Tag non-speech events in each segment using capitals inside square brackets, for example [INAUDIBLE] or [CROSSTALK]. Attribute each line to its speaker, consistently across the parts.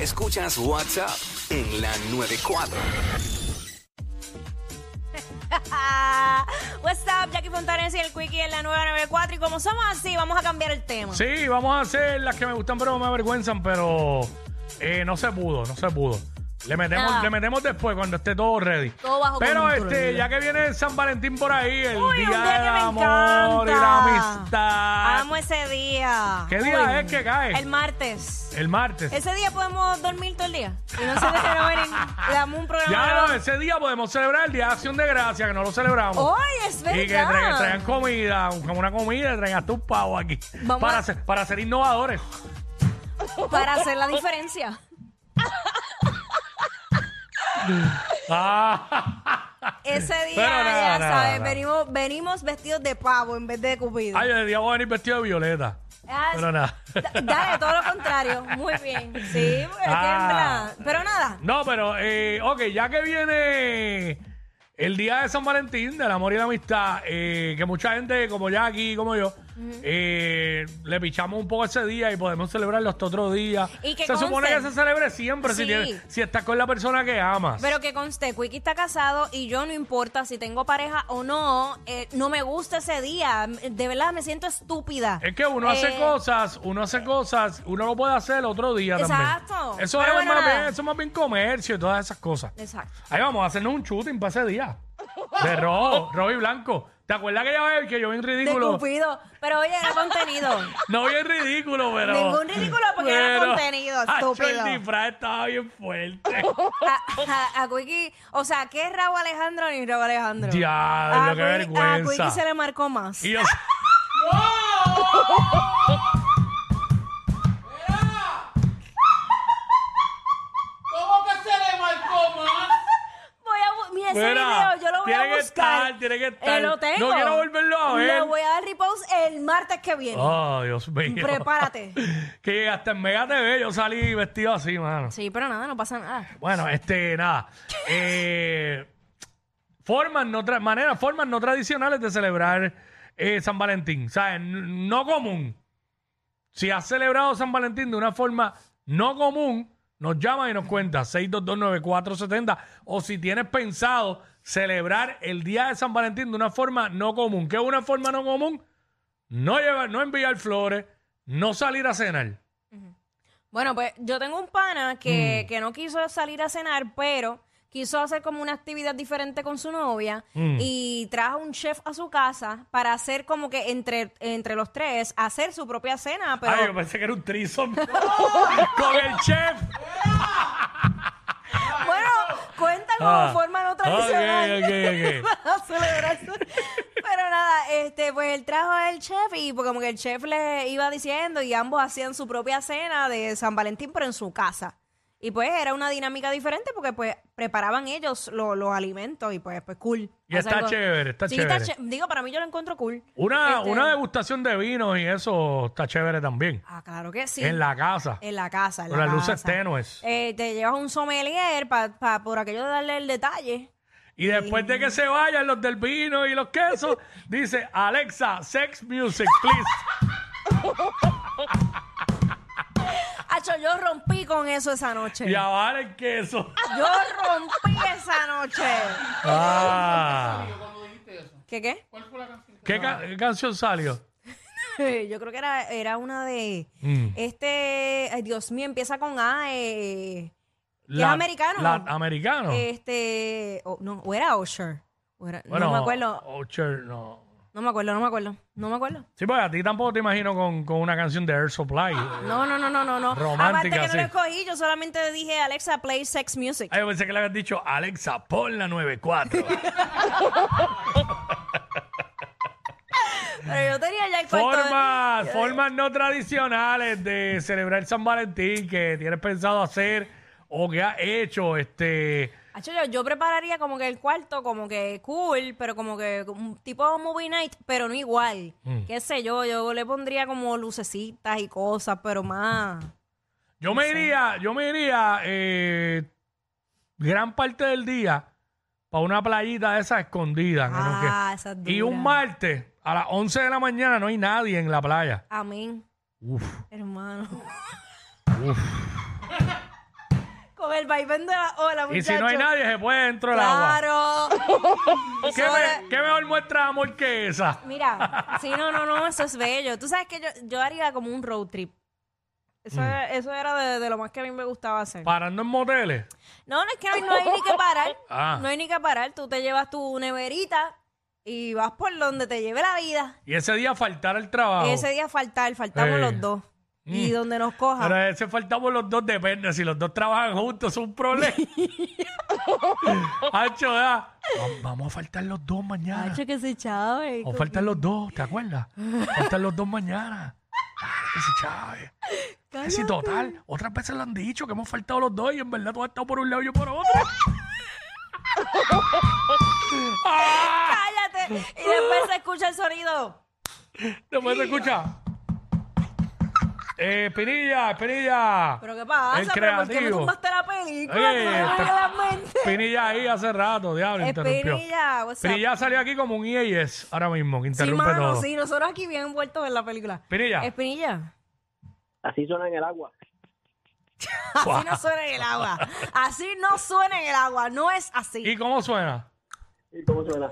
Speaker 1: Escuchas WhatsApp en la 94.
Speaker 2: What's up, Jackie Fontanes y el Quickie en la 994. Y como somos así, vamos a cambiar el tema.
Speaker 3: Sí, vamos a hacer las que me gustan pero me avergüenzan, pero eh, no se pudo, no se pudo. Le metemos,
Speaker 2: Nada.
Speaker 3: le metemos después cuando esté todo ready.
Speaker 2: Todo bajo
Speaker 3: pero
Speaker 2: control.
Speaker 3: este, ya que viene San Valentín por ahí, el
Speaker 2: Uy, un
Speaker 3: día,
Speaker 2: día que
Speaker 3: del
Speaker 2: me
Speaker 3: amor y la
Speaker 2: encanta.
Speaker 3: amistad.
Speaker 2: Amo ese día.
Speaker 3: ¿Qué día es que cae?
Speaker 2: El martes.
Speaker 3: El martes.
Speaker 2: Ese día podemos dormir todo el día. Y no se dejaron
Speaker 3: [LAUGHS]
Speaker 2: venir. Le damos un programa.
Speaker 3: ya no,
Speaker 2: nuevo.
Speaker 3: ese día podemos celebrar el Día de Acción de Gracia, que no lo celebramos.
Speaker 2: Hoy es Oh, verdad.
Speaker 3: y que tra- traigan comida, como una comida, traigan hasta un pavo aquí.
Speaker 2: Vamos
Speaker 3: Para
Speaker 2: a-
Speaker 3: ser, para ser innovadores.
Speaker 2: Para hacer la diferencia. [LAUGHS]
Speaker 3: Ah,
Speaker 2: Ese día,
Speaker 3: Pero
Speaker 2: ya
Speaker 3: nada, nada,
Speaker 2: sabes,
Speaker 3: nada.
Speaker 2: Venimos, venimos vestidos de pavo en vez de cupido.
Speaker 3: ay, yo deberíamos venir vestido de violeta.
Speaker 2: Ah,
Speaker 3: Pero nada.
Speaker 2: da- Dale, todo lo contrario. Muy bien. Sí, porque
Speaker 3: Ah.
Speaker 2: en plan- Pero nada.
Speaker 3: No, pero, eh, ok, ya que viene el día de San Valentín, del amor y la amistad, eh, que mucha gente, como Jackie, como yo, eh, le pichamos un poco ese día y podemos celebrarlo hasta otro día.
Speaker 2: Y que
Speaker 3: se supone
Speaker 2: conste.
Speaker 3: que se celebre siempre si,
Speaker 2: Sí.
Speaker 3: tiene- si estás con la persona que amas.
Speaker 2: Pero que conste, Quickie está casado y yo no importa si tengo pareja o no, eh, no me gusta ese día. De verdad me siento estúpida.
Speaker 3: es que uno
Speaker 2: Eh,
Speaker 3: hace cosas, uno hace cosas, uno lo puede hacer otro día
Speaker 2: Exacto.
Speaker 3: también. Eso
Speaker 2: Pero
Speaker 3: es
Speaker 2: bueno,
Speaker 3: más
Speaker 2: nada.
Speaker 3: bien, eso es más bien comercio y todas esas cosas.
Speaker 2: Exacto.
Speaker 3: Ahí vamos a hacernos un shooting para ese día. De rojo, rojo y blanco. ¿Te acuerdas que ya que yo vi un
Speaker 2: De
Speaker 3: ridículo?
Speaker 2: Cupido. Pero oye, era
Speaker 3: [LAUGHS]
Speaker 2: contenido.
Speaker 3: No bien ridículo, pero.
Speaker 2: Ningún ridículo, porque era contenido,
Speaker 3: Acho,
Speaker 2: estúpido.
Speaker 3: El disfraz estaba bien fuerte.
Speaker 2: A, a, a Quickie, o sea, ¿qué es Raúl Alejandro ni Raúl Alejandro?
Speaker 3: Ya,
Speaker 2: a
Speaker 3: lo que
Speaker 2: Quickie- A Quickie
Speaker 3: vergüenza.
Speaker 2: se le marcó más.
Speaker 3: Y yo.
Speaker 4: ¿Cómo que se le marcó más?
Speaker 2: Voy a, bu- mira, ese
Speaker 3: Mira,
Speaker 2: video yo lo voy
Speaker 3: tiene
Speaker 2: a
Speaker 3: que
Speaker 2: buscar.
Speaker 3: estar, tiene que
Speaker 2: Eh,
Speaker 3: estar.
Speaker 2: lo tengo.
Speaker 3: No quiero volverlo a ver.
Speaker 2: Le voy a dar repost el martes que viene.
Speaker 3: Oh, Dios mío.
Speaker 2: Prepárate.
Speaker 3: que hasta en Mega TV yo salí vestido así, mano.
Speaker 2: Sí, pero nada, no pasa nada.
Speaker 3: Bueno, este, nada. Eh, formas, no tra- maneras, formas no tradicionales de celebrar eh, San Valentín. ¿Sabes? N- No común. Si has celebrado San Valentín de una forma no común, nos llama y nos cuenta 6229470. O si tienes pensado celebrar el día de San Valentín de una forma no común. ¿Qué es una forma no común? No, llevar, no enviar flores, no salir a cenar.
Speaker 2: Bueno, pues yo tengo un pana
Speaker 3: Mm.
Speaker 2: que, que no quiso salir a cenar, pero quiso hacer como una actividad diferente con su novia
Speaker 3: Mm.
Speaker 2: y trajo un chef a su casa para hacer como que entre, entre los tres, hacer su propia cena, pero...
Speaker 3: Ay, yo pensé que era un trison con el chef.
Speaker 2: bueno, cuenta como
Speaker 3: Ah.
Speaker 2: forma no
Speaker 3: Ok,
Speaker 2: tradicional
Speaker 3: ok, ok.
Speaker 2: [LAUGHS] para celebrar su- Pero nada, este, pues él trajo al chef y pues, como que el chef le iba diciendo y ambos hacían su propia cena de San Valentín, pero en su casa. Y pues era una dinámica diferente porque pues preparaban ellos lo- los alimentos y pues, pues cool.
Speaker 3: Y está chévere, está
Speaker 2: Sí,
Speaker 3: chévere.
Speaker 2: ché- Digo, para mí yo lo encuentro cool.
Speaker 3: Una,
Speaker 2: Este-
Speaker 3: una degustación de vinos y eso está chévere también.
Speaker 2: Ah, claro que sí. Eh,
Speaker 3: En la casa.
Speaker 2: En la casa. en
Speaker 3: Con
Speaker 2: la
Speaker 3: las luces
Speaker 2: casa.
Speaker 3: tenues.
Speaker 2: Eh, te llevas un sommelier pa, pa- por aquello de darle el detalle.
Speaker 3: Y después de que se vayan los del vino y
Speaker 2: [LAUGHS]
Speaker 3: los quesos, dice Alexa, sex music,
Speaker 2: [LAUGHS]
Speaker 3: please.
Speaker 2: Hacho, yo rompí con eso esa noche.
Speaker 3: y abar
Speaker 2: [LAUGHS]
Speaker 3: el queso.
Speaker 2: Yo rompí esa noche.
Speaker 3: Ah.
Speaker 2: ¿Qué qué?
Speaker 3: ¿Qué, ca- qué canción salió?
Speaker 2: [LAUGHS] Yo creo que era, era una de
Speaker 3: Mm.
Speaker 2: este, ay Dios mío, empieza con A, eh, que es
Speaker 3: Lat-
Speaker 2: americano.
Speaker 3: lat- americano.
Speaker 2: este, o- no, o era Usher. o era- no me acuerdo,
Speaker 3: Usher, oh, no.
Speaker 2: no me acuerdo, no me acuerdo, no me acuerdo.
Speaker 3: Sí, pues a ti tampoco te imagino con, con una canción de Air Supply.
Speaker 2: No, no, no, no, no, no. Aparte
Speaker 3: Romántica,
Speaker 2: que no
Speaker 3: sí.
Speaker 2: lo escogí, yo solamente dije Alexa play sex music.
Speaker 3: Ay, yo pensé que le habías dicho, Alexa, pon
Speaker 2: [LAUGHS]
Speaker 3: la 94.
Speaker 2: Pero yo tenía ya el cuarto.
Speaker 3: formas, formas no tradicionales de celebrar San Valentín que tienes pensado hacer o que has hecho. Este,
Speaker 2: Acho, Ah, yo, yo prepararía como que el cuarto, como que cool, pero como que un tipo movie night, pero no igual.
Speaker 3: Mm.
Speaker 2: Qué sé yo, yo le pondría como lucecitas y cosas, pero más.
Speaker 3: Yo me iría, yo me iría eh, gran parte del día para una playita de esas escondida. que no
Speaker 2: Ah,
Speaker 3: que-
Speaker 2: esas
Speaker 3: y
Speaker 2: duras.
Speaker 3: un martes a las 11 de la mañana no hay nadie en la playa.
Speaker 2: Amén,
Speaker 3: Uf,
Speaker 2: hermano.
Speaker 3: uf.
Speaker 2: [LAUGHS] Con el vaivén de la ola,
Speaker 3: Y
Speaker 2: muchachos.
Speaker 3: si no hay nadie, se puede dentro del agua.
Speaker 2: Claro.
Speaker 3: [LAUGHS] ¿Qué,
Speaker 2: Sobre-
Speaker 3: me- qué mejor muestra de amor que esa?
Speaker 2: Mira, sí, no, no, no, eso es bello. Tú sabes que yo, yo haría como un road trip.
Speaker 3: Mm.
Speaker 2: Eso, eso era de, de lo más que a mí me gustaba hacer.
Speaker 3: Parando en moteles.
Speaker 2: No, no es que ahí no hay ni que parar.
Speaker 3: [LAUGHS] Ah.
Speaker 2: No hay ni que parar. Tú te llevas tu neverita y vas por donde te lleve la vida.
Speaker 3: Y ese día faltar al trabajo.
Speaker 2: Y ese día faltar, faltamos
Speaker 3: Eh.
Speaker 2: los dos. Y
Speaker 3: Mm.
Speaker 2: donde nos coja.
Speaker 3: Pero ese faltamos los dos, depende. Si los dos trabajan juntos, es
Speaker 2: [LAUGHS]
Speaker 3: un problema. Hacho, ¿verdad? Va- Vamos a faltar los dos mañana.
Speaker 2: Hacho, que se eh. chave.
Speaker 3: O faltan los dos, ¿te acuerdas? Faltan los dos mañana. Ah, ese Chávez. Ese total. Otras veces lo han dicho que hemos faltado los dos y en verdad tú has estado por un lado y yo por otro.
Speaker 2: Cállate. Y después se escucha el sonido.
Speaker 3: Después se escucha. Eh, Pinilla, Pinilla.
Speaker 2: Pero qué pasa,
Speaker 3: El
Speaker 2: pero ¿por qué me
Speaker 3: creativo.
Speaker 2: tumbaste la película?
Speaker 3: Oye,
Speaker 2: Tú me
Speaker 3: está-
Speaker 2: la mente.
Speaker 3: Pinilla ahí hace rato, diablo,
Speaker 2: Es
Speaker 3: interrumpió.
Speaker 2: Pinilla, what's up?
Speaker 3: Pinilla salió aquí como un IES ahora mismo, que
Speaker 2: Sí,
Speaker 3: interrumpe
Speaker 2: mano,
Speaker 3: todo.
Speaker 2: sí, nosotros aquí bien envueltos en la película.
Speaker 3: Pinilla.
Speaker 2: Espinilla.
Speaker 5: Así suena en el agua.
Speaker 2: Así no suena en el agua. Así no suena en el agua. No es así.
Speaker 3: ¿Y cómo suena?
Speaker 5: ¿Y cómo suena?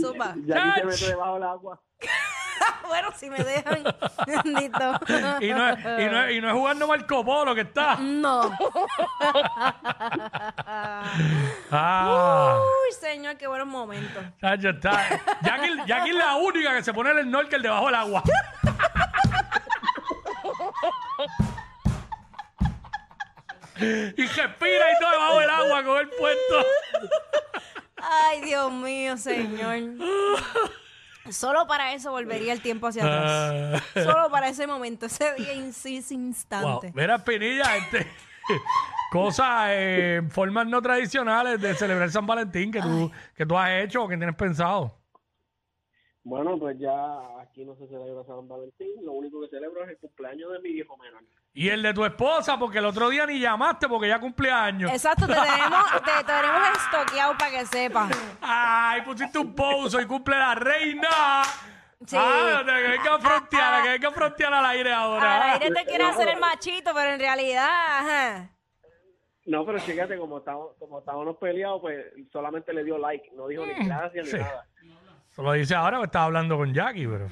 Speaker 2: Zumba.
Speaker 5: Ya aquí se mete debajo del agua.
Speaker 2: bueno, si me dejan. [LAUGHS] Bendito.
Speaker 3: Y no es, y no es- y no es jugando Marco Polo que está.
Speaker 2: No.
Speaker 3: Ah.
Speaker 2: Uy, señor, qué buenos momentos.
Speaker 3: Chacho, está. Jackie, Jackie es la única que se pone el snorkel debajo del agua. y respira y todo debajo del agua con el puesto.
Speaker 2: Ay, Dios mío, señor. Solo para eso volvería el tiempo hacia atrás.
Speaker 3: Ah.
Speaker 2: Solo para ese momento, ese día, in- ese
Speaker 3: Wow.
Speaker 2: instante.
Speaker 3: Mira, Pinilla, este, cosas, eh, formas no tradicionales de celebrar San Valentín que tú, que tú has hecho o que tienes pensado.
Speaker 5: Bueno, pues ya aquí no se celebra San Valentín. Lo único que celebro es el cumpleaños de mi hijo menor.
Speaker 3: Y el de tu esposa, porque el otro día ni llamaste porque ya cumplía años.
Speaker 2: Exacto, te tenemos, te tenemos estoqueado para que sepas.
Speaker 3: Ay, pusiste un pouso y cumple la reina.
Speaker 2: Sí.
Speaker 3: Ah, que venga a frontear, que venga a frontear al aire ahora.
Speaker 2: Al aire te quiere hacer el machito, pero en realidad, ajá.
Speaker 5: No, pero fíjate, como estábamos, como estábamos peleados, pues solamente le dio like. No dijo ni gracias
Speaker 3: sí.
Speaker 5: ni nada.
Speaker 3: Se lo dice ahora que estaba hablando con Jackie, pero.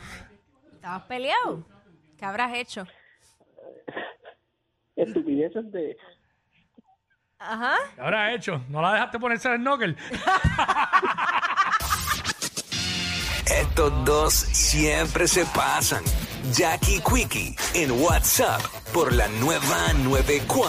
Speaker 2: Estabas peleado. ¿Qué habrás hecho?
Speaker 5: Estupideces de...
Speaker 2: Ajá.
Speaker 3: ¿Qué habrá hecho? ¿No la dejaste ponerse el snorkel?
Speaker 1: Estos dos siempre se pasan. Jackie Quickie en WhatsApp por la nueva 94.